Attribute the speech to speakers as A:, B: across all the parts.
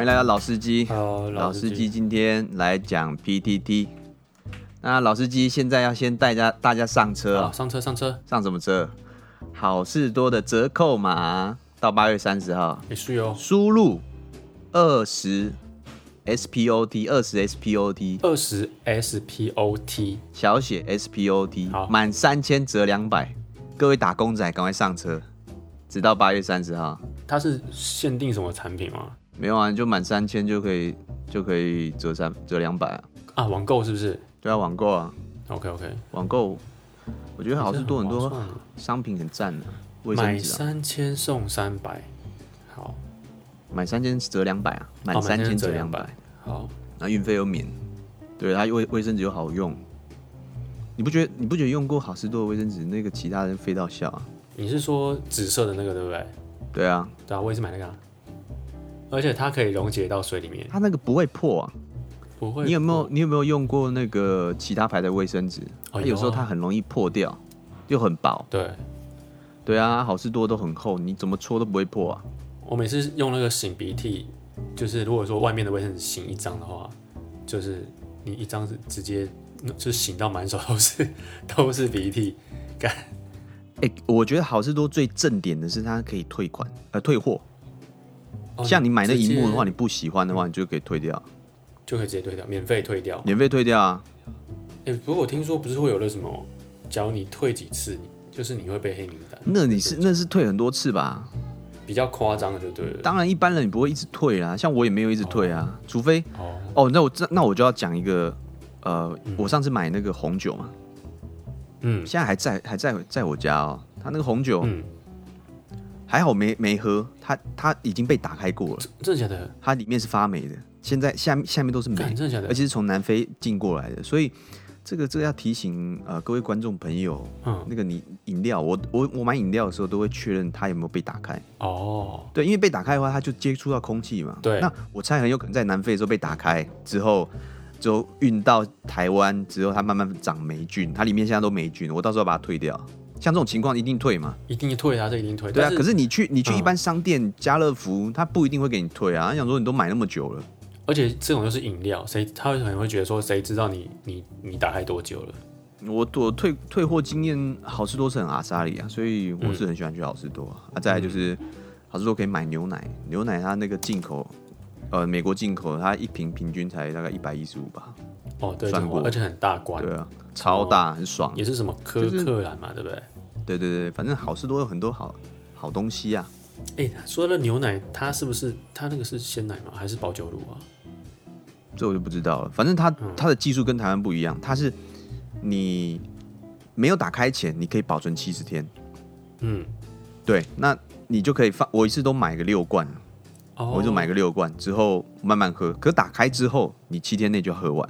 A: 迎来到老司机。
B: Hello，
A: 老司
B: 哦司
A: 机，今天来讲 PTT。那老司机现在要先带大家大家上车
B: 好，
A: 啊、
B: 上车上车，
A: 上什么车？好事多的折扣码到八月三十号，
B: 也是有
A: 输入二十 SPOT 二十 SPOT
B: 二十 SPOT，
A: 小写 SPOT
B: 好
A: 满三千折两百，各位打工仔赶快上车，直到八月三十号。
B: 它是限定什么产品吗？
A: 没有啊，你就满三千就可以就可以折三折两百啊，
B: 啊，网购是不是
A: 对啊，网购啊，
B: ？OK OK，
A: 网购，我觉得好事多很多
B: 划算
A: 商品很赞的、啊，卫生
B: 买
A: 纸啊，
B: 三千送三百，好，
A: 买三千折两百啊，满
B: 哦
A: 三千折
B: 折
A: 两百，
B: 百，好，
A: 然后运费又免，对，它卫卫生纸又好用，你不觉得你不觉得用过好事多的卫生纸那个其他人飞到笑啊？
B: 你是说紫色的那个对不对？
A: 对啊，
B: 对啊，我也是买那个、啊，而且它可以溶解到水里面，
A: 它那个不会破啊。
B: 不会。
A: 你有没有你有没有用过那个其他牌的卫生纸？它
B: 哦
A: 有时候
B: 有啊
A: 它很容易破掉，又很薄。
B: 对，
A: 对啊，好事多都很厚，你怎么搓都不会破啊。
B: 我每次用那个擤鼻涕，就是如果说外面的卫生纸擤一张的话，就是你一张是直接就擤到满手都是 都是鼻涕，干
A: 哎、我觉得好事多最正点的是它可以退款，呃，退货。
B: 哦
A: 像你买那
B: 直
A: 荧
B: 接嗯
A: 幕的话，你不喜欢的话，你就可以退掉，
B: 就可以直接退掉，免费退掉。
A: 免费退掉啊。
B: 哎、不过我听说不是会有那什么，只要你退几次，就是你会被黑名单，
A: 那你是那是退很多次吧？
B: 比较夸张的就对了。
A: 当然，一般人你不会一直退啊，像我也没有一直退啊，除非
B: 哦，
A: 哦，那我这那我就要讲一个，呃，我上次买那个红酒嘛，
B: 嗯
A: 现在还在还在在我家哦，它那个红酒。
B: 嗯，
A: 还好没没喝，它它已经被打开过了，
B: 真的假的？
A: 它里面是发霉的，现在下面下面都是霉，
B: 干，真的假的
A: 而？且是从南非进过来的，所以这个这个要提醒呃各位观众朋友，
B: 嗯，
A: 那个你饮料，我我我买饮料的时候都会确认它有没有被打开，
B: 哦，
A: 对，因为被打开的话，它就接触到空气嘛，
B: 对
A: 那我猜很有可能在南非的时候被打开之后。之后运到台湾之后，它慢慢长霉菌，它里面现在都霉菌，我到时候把它退掉。像这种情况一定退嘛，
B: 一定退啊，这一定退。
A: 对啊，
B: 但
A: 可是你去你去
B: 嗯
A: 一般商店，家乐福他不一定会给你退啊。他想说你都买那么久了，
B: 而且这种就是饮料，谁他可能会觉得说，谁知道你你你打开多久了？
A: 我我退退货经验好事多是很阿莎里啊，所以我
B: 嗯
A: 是很喜欢去好事多啊。啊再来就是好事多可以买牛奶，牛奶它那个进口，呃，美国进口它一瓶平均才大概一百一十五吧，
B: 哦，对，
A: 算
B: 挺
A: 过
B: 而且很大罐，
A: 对啊，超大很爽。
B: 哦也是什么科克兰嘛，对不对？
A: 对对对，反正好事多有很多好好东西啊。
B: 哎、说到牛奶，它是不是它那个是鲜奶吗？还是保酒乳啊？
A: 这我就不知道了。反正它
B: 嗯
A: 它的技术跟台湾不一样，它是你没有打开前，你可以保存七十天。
B: 嗯，
A: 对，那你就可以放，我一次都买个六罐，啊
B: 哦，
A: 我就买个六罐之后慢慢喝。可打开之后，你七天内就喝完。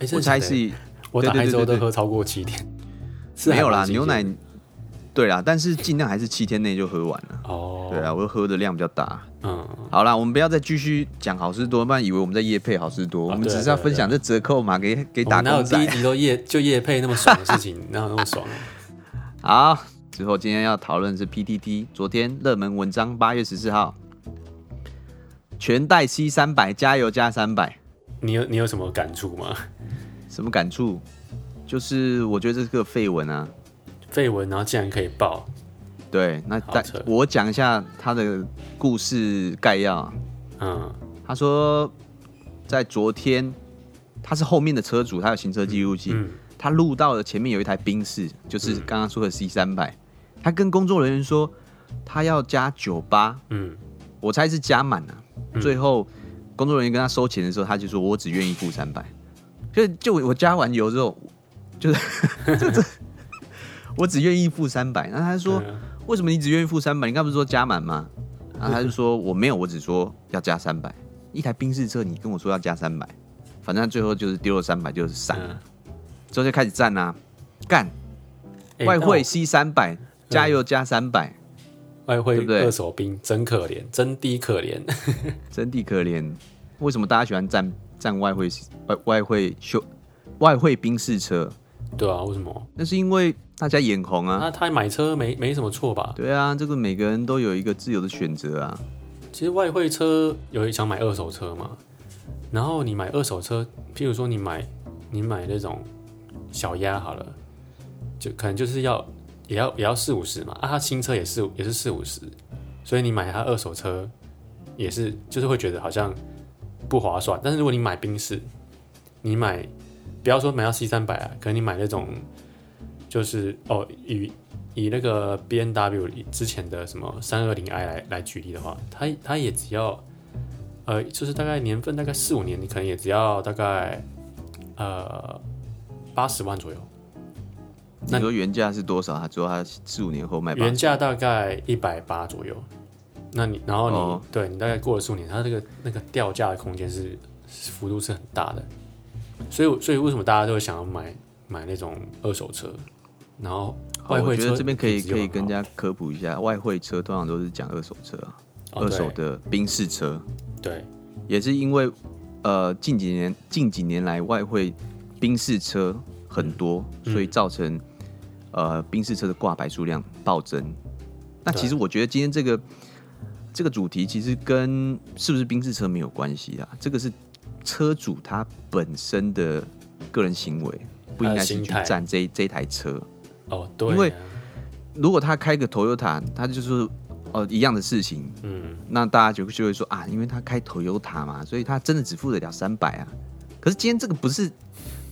B: 诶，
A: 我
B: 真的假
A: 猜
B: 的
A: 是
B: 我打
A: 对对
B: 开
A: 对
B: 之后
A: 对对
B: 都喝超过七天， 是
A: 没有
B: 还
A: 啦，
B: 蛮新
A: 牛奶
B: 鲜的
A: 对啦，但是尽量还是七天内就喝完了。
B: 哦，
A: 对啊，我喝的量比较大。
B: 嗯，
A: 好啦，我们不要再继续讲好事多，不然以为我们在夜配好事多。
B: 啊
A: 我们
B: 对啊
A: 只是要
B: 对啊
A: 分享这折扣码给给
B: 我
A: 打
B: 们哦哪有
A: 工
B: 第一
A: 仔。
B: 集都夜就夜配那么爽的事情， 哪有那么爽、啊？
A: 好，之后今天要讨论的是 PTT 昨天热门文章，八月十四号，全带 C 三百，加油加三百。
B: 你有你有什么感触吗？
A: 什么感触？就是我觉得这是个绯闻啊。
B: 绯闻，然后竟然可以爆，
A: 对，那
B: 好
A: 但
B: 扯
A: 我讲一下他的故事概要啊。
B: 嗯，
A: 他说，在昨天，他是后面的车主，他有行车记录器，
B: 嗯
A: 他录到了前面有一台宾士，就是刚刚说的 C 三百。他跟工作人员说，他要加九八，
B: 嗯，
A: 我猜是加满了、啊最后工作人员跟他收钱的时候，他就说我只愿意付三百。就就我加完油之后，就是 这这我只愿意付三百。那他说、
B: 对啊
A: 为什么你只愿意付三百？你刚不是说加满吗？然后他就说我没有，我只说要加三百。一台宾士车，你跟我说要加三百，反正他最后就是丢了三百，就是散了。
B: 嗯
A: 之后就开始站啊，干
B: 诶
A: 外
B: 但我
A: 汇 C 三百，
B: 嗯
A: 加油加三百。
B: 外
A: 对
B: 汇
A: 不对
B: 二手兵真可怜，真低可怜。
A: 真的可怜。为什么大家喜欢站站外汇外外汇修外汇宾士车？
B: 对啊，为什么？
A: 那是因为大家眼红啊。
B: 那他买车没没什么错吧？
A: 对啊，这个每个人都有一个自由的选择啊。
B: 其实外汇车有人想买二手车嘛，然后你买二手车，譬如说你买你买那种小鸭好了，就可能就是要也要也要四五十嘛，啊，它新车也是也是四五十，所以你买它二手车也是就是会觉得好像不划算，但是如果你买宾士，你买不要说买到 C 三百啊，可能你买那种就是哦以以那个 B N W 之前的什么三二零 i 来来举例的话，它它也只要呃，就是大概年份大概四五年，你可能也只要大概呃八十万左右，那
A: 你说原价是多少？他说他四五年后卖
B: 原
A: 吧，
B: 价大概一百八左右。那你然后你、
A: 哦
B: 对你大概过了数年，它这个那个掉价的空间是是幅度是很大的，所以所以为什么大家都会想要买买那种二手车，然后
A: 好
B: 外
A: 我
B: 汇
A: 觉
B: 车
A: 得这边可以
B: 品质又
A: 可以
B: 很
A: 跟
B: 好
A: 大家科普一下，外汇车通常都是讲二手车啊，
B: 哦
A: 二手的宾士车，
B: 对对
A: 也是因为呃近几年近几年来外汇宾士车很多，
B: 嗯
A: 所以造成呃宾士车的挂牌数量暴增。那
B: 对
A: 其实我觉得今天这个这个主题其实跟是不是宾士车没有关系啊，这个是车主他本身的个人行为，不应该是
B: 呃心
A: 去
B: 态
A: 占这一这一台车。
B: 哦对、啊，
A: 因为如果他开个 Toyota，他就是呃一样的事情，
B: 嗯
A: 那大家就就会说啊，因为他开 Toyota 嘛，所以他真的只付得了三百啊。可是今天这个不是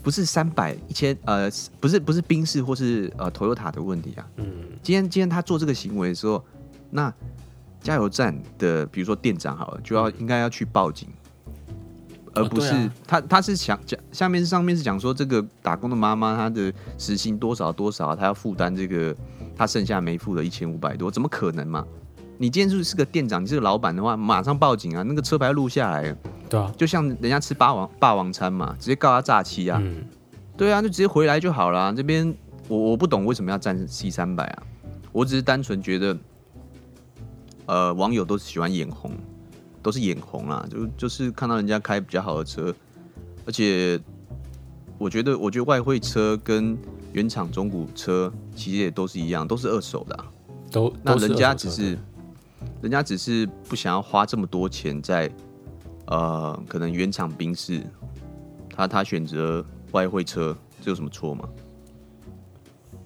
A: 不是三百一千呃，不是不是宾士或是呃 Toyota 的问题啊。
B: 嗯
A: 今天今天他做这个行为的时候，那加油站的比如说店长好了，就要、应该要去报警，而
B: 哦
A: 不是、
B: 对啊
A: 他他是想讲下面上面是讲说这个打工的妈妈她的时薪多少多少，她要负担这个她剩下没付的一千五百多，怎么可能嘛？你今天就是个店长，你是个老板的话，马上报警啊！那个车牌录下来，
B: 对啊
A: 就像人家吃霸王霸王餐嘛，直接告他诈欺啊！
B: 嗯
A: 对啊，就直接回来就好啦。这边我我不懂为什么要占 C 三百啊，我只是单纯觉得，呃，网友都喜欢眼红，都是眼红啦，就就是看到人家开比较好的车，而且我觉得，我觉得外汇车跟原厂中古车其实也都是一样，都是二手的啊、
B: 都
A: 那
B: 都
A: 人
B: 二
A: 家
B: 手
A: 只
B: 车
A: 是
B: 对，
A: 人家只是不想要花这么多钱在，呃，可能原厂宾士，他他选择外汇车，这有什么错吗？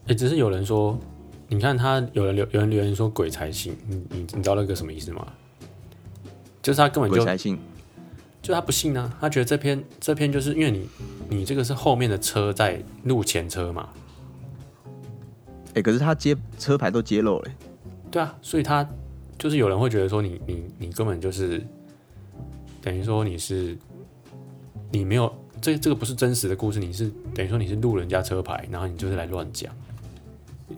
B: 哎、只是有人说，你看他有人留有人留言说鬼才信，你你你知道那个什么意思吗？就是他根本
A: 鬼
B: 哦就
A: 才信，
B: 就他不信啊，他觉得这篇这篇就是因为你你这个是后面的车在录前车嘛，
A: 哎、可是他揭车牌都揭露了、欸
B: 对啊，所以他就是有人会觉得说你你你根本就是等于说你是你没有这这个不是真实的故事，你是等于说你是录人家车牌，然后你就是来乱讲，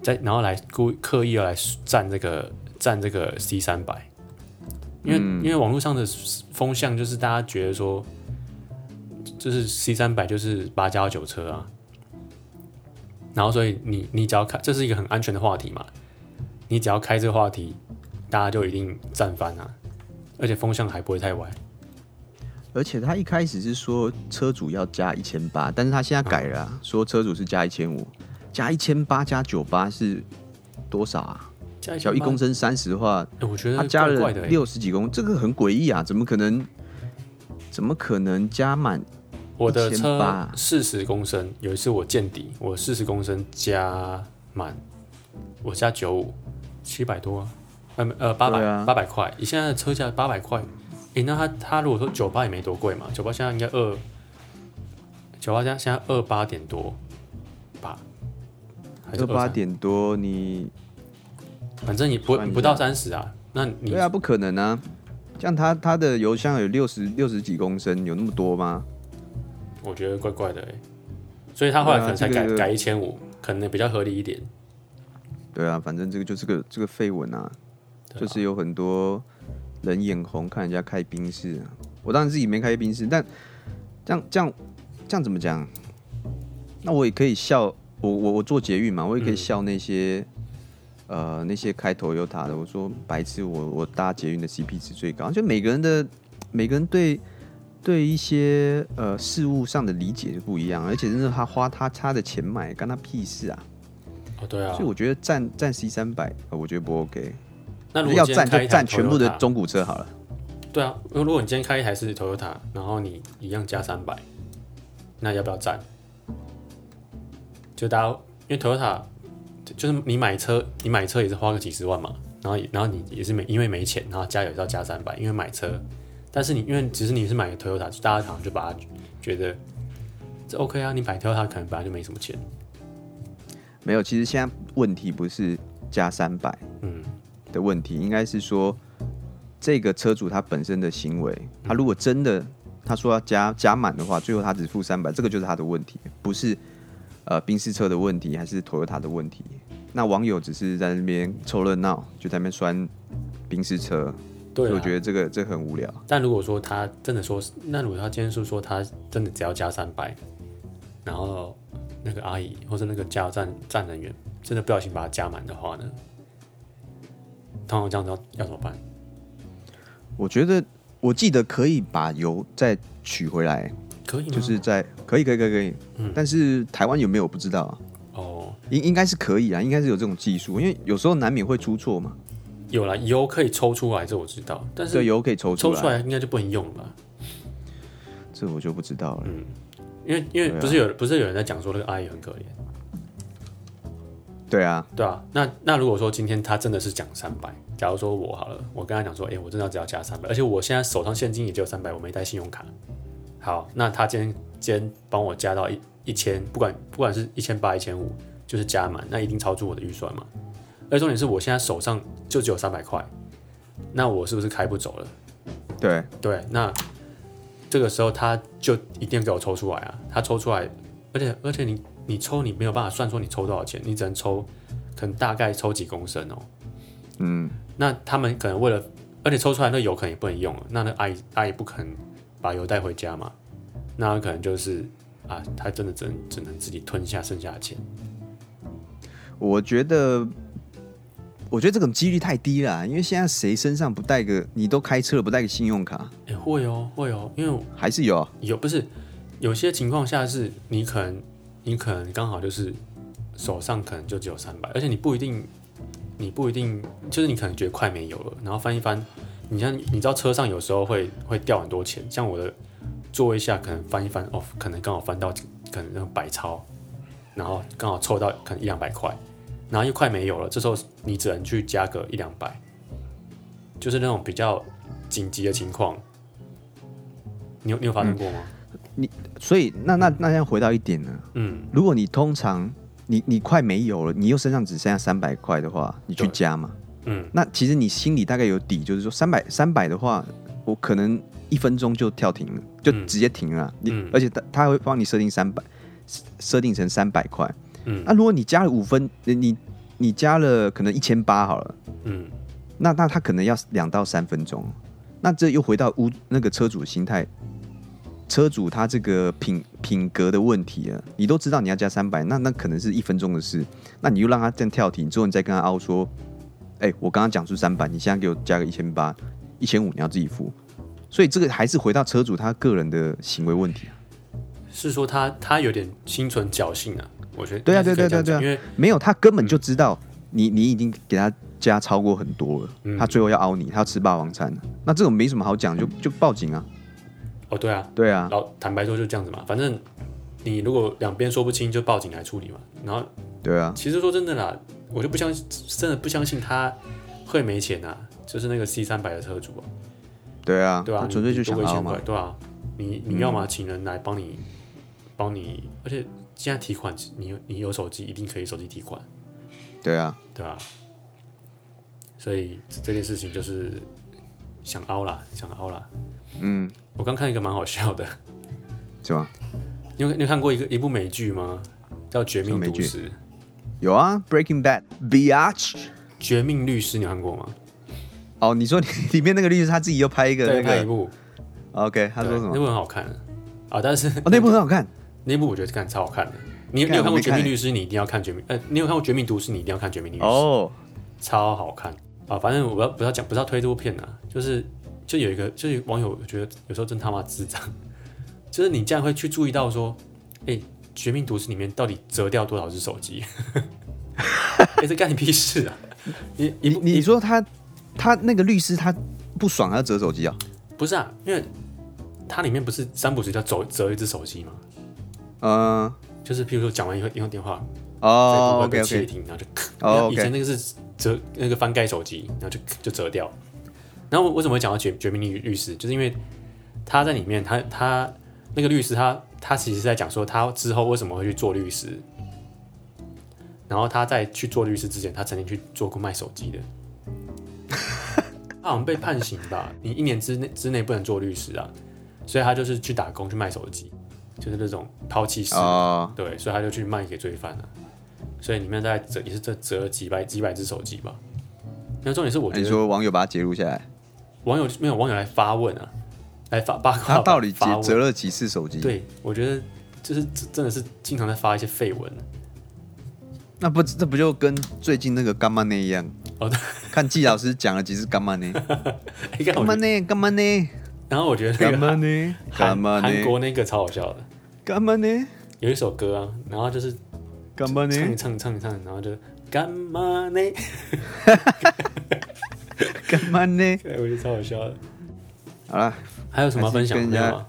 B: 再然后来故刻意要来占这个占这个 C 三百，因为、因为网络上的风向就是大家觉得说就是 C 三百就是八加九车啊。然后，所以你你只要看，这是一个很安全的话题嘛，你只要开这个话题，大家就一定站翻啊，而且风向还不会太歪。
A: 而且他一开始是说车主要加一千八，但是他现在改了、啊，说车主是加一千五，加一千八加九八是多少啊？
B: 加
A: 小一公
B: 升，
A: 升三十的话，
B: 哎我觉得
A: 他加
B: 怪
A: 了
B: 怪的、欸，
A: 六十几公，这个很诡异啊，怎么可能？怎么可能加满？
B: 我的车
A: 1800
B: 四十公升，有一次我见底，我四十公升加满，我加九五，七百多、啊，呃呃八
A: 对
B: 百
A: 啊
B: 八百块，以现在的车价八百块，诶，那他他如果说酒吧也没多贵嘛，酒吧现在应该二，酒吧现在现在二八点多吧，还是
A: 二八
B: 23，
A: 点多，你
B: 反正也不
A: 算一下
B: 不到三十啊，那你
A: 对啊，不可能啊！像他他的油箱有六十六十几公升，有那么多吗？
B: 我觉得怪怪的、欸，所以他后来可能才
A: 对啊
B: 改、
A: 这个
B: 改一千五，可能比较合理一点。
A: 对啊，反正这个就是个这个绯闻啊，
B: 对啊
A: 就是有很多人眼红，看人家开宾士、啊。我当然自己没开宾士，但这样这样这样怎么讲？那我也可以笑我我我做捷运嘛，我
B: 嗯
A: 也可以笑那些、呃那些开 Toyota 的，我说白痴，我我搭捷运的 CP 值最高，就每个人的每个人对对一些呃事物上的理解就不一样，而且真的他花他他的钱买，干他屁事啊！
B: 哦，对啊
A: 所以。我觉得占占 C 三百，呃我觉得不 OK。
B: 那如果
A: 要
B: 今
A: 占
B: 天
A: 就
B: 开一台
A: 占全部的
B: Toyota，
A: 中古车好了。
B: 对啊，如果你今天开一台是 Toyota，然后你一样加三百，那要不要站？就大家因为 Toyota 就是你买车，你买车也是花个几十万嘛，然后也然后你也是没因为没钱，然后加油也是要加三百，因为买车，但是你因为只是你是买 Toyota，大家好像就把它觉得这 OK 啊，你买 Toyota 可能本来就没什么钱，
A: 没有，其实现在问题不是加三百
B: 嗯
A: 的问题，应该是说这个车主他本身的行为，
B: 嗯
A: 他如果真的他说要加加满的话，最后他只付三百，这个就是他的问题，不是呃宾士车的问题，还是 Toyota 的问题。那网友只是在那边凑热闹，就在那边酸宾士车，所
B: 对
A: 以
B: 啊，
A: 我觉得这个这很无聊。
B: 但如果说他真的说，那如果他今天是说他真的只要加三百，然后那个阿姨或者那个加油站站人员真的不小心把它加满的话呢，通常这样子要要怎么办？
A: 我觉得我记得可以把油再取回来，
B: 可以吗？
A: 就是在可以可以可以可以，
B: 嗯
A: 但是台湾有没有我不知道啊。
B: 哦，
A: 应应该是可以啊，应该是有这种技术，因为有时候难免会出错嘛。
B: 有了油可以抽出来，这我知道，但
A: 对，
B: 是
A: 油可以抽出
B: 抽
A: 来，
B: 出来应该就不能用了吧？
A: 这我就不知道了。
B: 嗯因为因为
A: 对啊
B: 不是有、不是有人在讲说那个阿姨很可怜，
A: 对啊，
B: 对啊，那那如果说今天他真的是讲三百，假如说我好了，我跟他讲说，哎、我真的只要加三百，而且我现在手上现金也只有三百，我没带信用卡。好，那他今天今天帮我加到一一千，不管不管是一千八、一千五，就是加满，那一定超出我的预算嘛。而重点是我现在手上就只有三百块，那我是不是开不走了？
A: 对，
B: 对，那这个时候他就一定要给我抽出来啊！他抽出来，而且而且你你抽你没有办法算说你抽多少钱，你只能抽可能大概抽几公升哦。
A: 嗯，
B: 那他们可能为了，而且抽出来那油可能也不能用了，那那阿姨阿姨不可能把油带回家嘛，那可能就是啊，她真的只能只能自己吞下剩下的钱。
A: 我觉得，我觉得这种几率太低了啊、因为现在谁身上不带个，你都开车了不带个信用卡，
B: 哎、会哦会哦，因为我
A: 还是有啊
B: 有不是有些情况下是你可能你可能刚好就是手上可能就只有三百，而且你不一定你不一定就是你可能觉得快没有了，然后翻一翻，你像你知道车上有时候会会掉很多钱，像我的座位下可能翻一翻哦，可能刚好翻到可能那种百超，然后刚好凑到可能一两百块，然后又快没有了，这时候你只能去加个一两百，就是那种比较紧急的情况。你有你有发生过吗？
A: 所以那那那要回到一点呢，
B: 嗯，
A: 如果你通常你你快没有了，你又身上只剩下三百块的话，你去
B: 对
A: 加嘛。
B: 嗯，
A: 那其实你心里大概有底，就是说三百三百的话，我可能一分钟就跳停了，就
B: 嗯
A: 直接停了啊。你、
B: 嗯
A: 而且他他会帮你设定三百，设定成三百块。
B: 嗯
A: 那、如果你加了五分，你你你加了可能一千八好了，
B: 嗯，
A: 那那他可能要两到三分钟。那这又回到屋那个车主的心态，车主他这个品品格的问题了。你都知道你要加三百，那那可能是一分钟的事，那你就让他这样跳停，之后你再跟他凹说，哎、我刚刚讲出三百，你现在给我加个一千八、一千五，你要自己付。所以这个还是回到车主他个人的行为问题啊，
B: 是说他他有点心存侥幸啊，我觉得
A: 对啊
B: 应该是可以这样
A: 对啊
B: 讲因为
A: 没有他根本就知道你你已经给他加超过很多了，
B: 嗯
A: 他最后要凹你，他要吃霸王餐了，那这种没什么好讲，就就报警啊，
B: 哦对啊，
A: 对啊，
B: 老坦白说就这样子嘛，反正你如果两边说不清，就报警来处理嘛。然后
A: 对啊，
B: 其实说真的啦，我就不相信，真的不相信他会没钱啊，就是那个 C 三百的车主啊，
A: 对啊，
B: 对啊，
A: 他
B: 你
A: 纯粹就
B: 你
A: 想
B: 多个一
A: 凹
B: 千
A: 嘛嗯
B: 块，，对啊，你你要么请人来帮你帮你，而且现在提款你你有手机一定可以手机提款。
A: 对啊，
B: 对啊，所以这这件事情就是想凹啦，想凹啦。
A: 嗯，
B: 我刚看一个蛮好笑的，
A: 是吧？
B: 你有你有看过一个一部美剧吗？叫《绝
A: 什
B: 命
A: 么美
B: 毒
A: 剧
B: 师》《
A: 有啊，Breaking Bad，Biatch。
B: 绝命律师》，你有看过吗？
A: 哦，你 说你里面那个律师他自己又拍一个那
B: 拍一
A: 个
B: 部，
A: ，OK，他说
B: 对
A: 什么
B: 那？部很好看啊，但是
A: 哦，那部很好看，
B: 那部我觉得看超好看的。你
A: 看
B: 你有看
A: 我
B: 过
A: 没
B: 《绝命
A: 看
B: 律师》，你一定要看《绝命》呃，你有看过《绝命毒师》，你一定要看《绝命律师》。
A: 哦，
B: 超好看啊！反正我不要不要讲，不是要推这部片啊，就是就有一个就有网友觉得有时候真他妈智障，就是你这样会去注意到说，哎、绝命毒师》里面到底折掉多少只手机？ 哎、这干你屁事啊！你
A: 你
B: 一部
A: 你说他他那个律师他不爽，他折手机啊？
B: 不是啊，因为它里面不是三不时要折折一只手机嘛，
A: 嗯，
B: 就是譬如说讲完一个一通电话，再
A: 哦
B: 被
A: ，OK
B: 切
A: OK，
B: 停，然后就咔。
A: 哦
B: 然后
A: OK
B: 以前那个是折那个翻盖手机，然后就咔就折掉。然后我为什么会讲到绝绝命律律师，就是因为他在里面，他他那个律师他他其实是在讲说他之后为什么会去做律师。然后他在去做律师之前，他曾经去做过卖手机的。 他好像被判刑吧？你一年之内之内不能做律师啊，所以他就是去打工去卖手机，就是那种抛弃式的
A: 哦，
B: 对，所以他就去卖给罪犯了。所以里面大概折也是折折了几百几百只手机吧。那重点是我觉
A: 你
B: 得
A: 说网友把它截录下 来，
B: 网友没有网友来发问啊，来发八卦
A: 他到底
B: 发
A: 截
B: 问
A: 折了几次手机？，
B: 对，我觉得就是真的是经常在发一些绯 闻。
A: 那不这不就跟最近那个干嘛呢一样？
B: 哦对，
A: 看季老师讲了几次干嘛 呢？
B: 哎看
A: 干嘛
B: 我觉
A: 呢？
B: 得
A: 干嘛呢？
B: 然后我觉得那
A: 干嘛
B: 个
A: 呢？啊干
B: 韩
A: 嘛
B: 韩
A: 呢？
B: 国那个超好笑的，
A: 干嘛呢？
B: 有一首歌啊，然后就是
A: 干嘛
B: 唱一
A: 呢？
B: 唱唱一唱，然后就干嘛呢？
A: 干嘛呢？
B: 对我觉得超好笑的。
A: 好啦，
B: 还有什么要分享
A: 还
B: 的？
A: 是
B: 没
A: 跟人
B: 有
A: 家
B: 啊？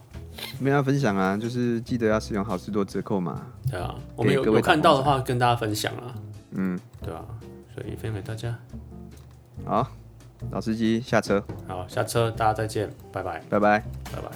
A: 没有要分享啊，就是记得要使用好事多折扣嘛。
B: 对啊，我们有
A: 给各位
B: 有看到的话跟大家分享啊。
A: 嗯，
B: 对啊，所以分享给大家。
A: 好，老司机下车，
B: 好，下车，大家再见，拜拜，
A: 拜拜。
B: 拜拜。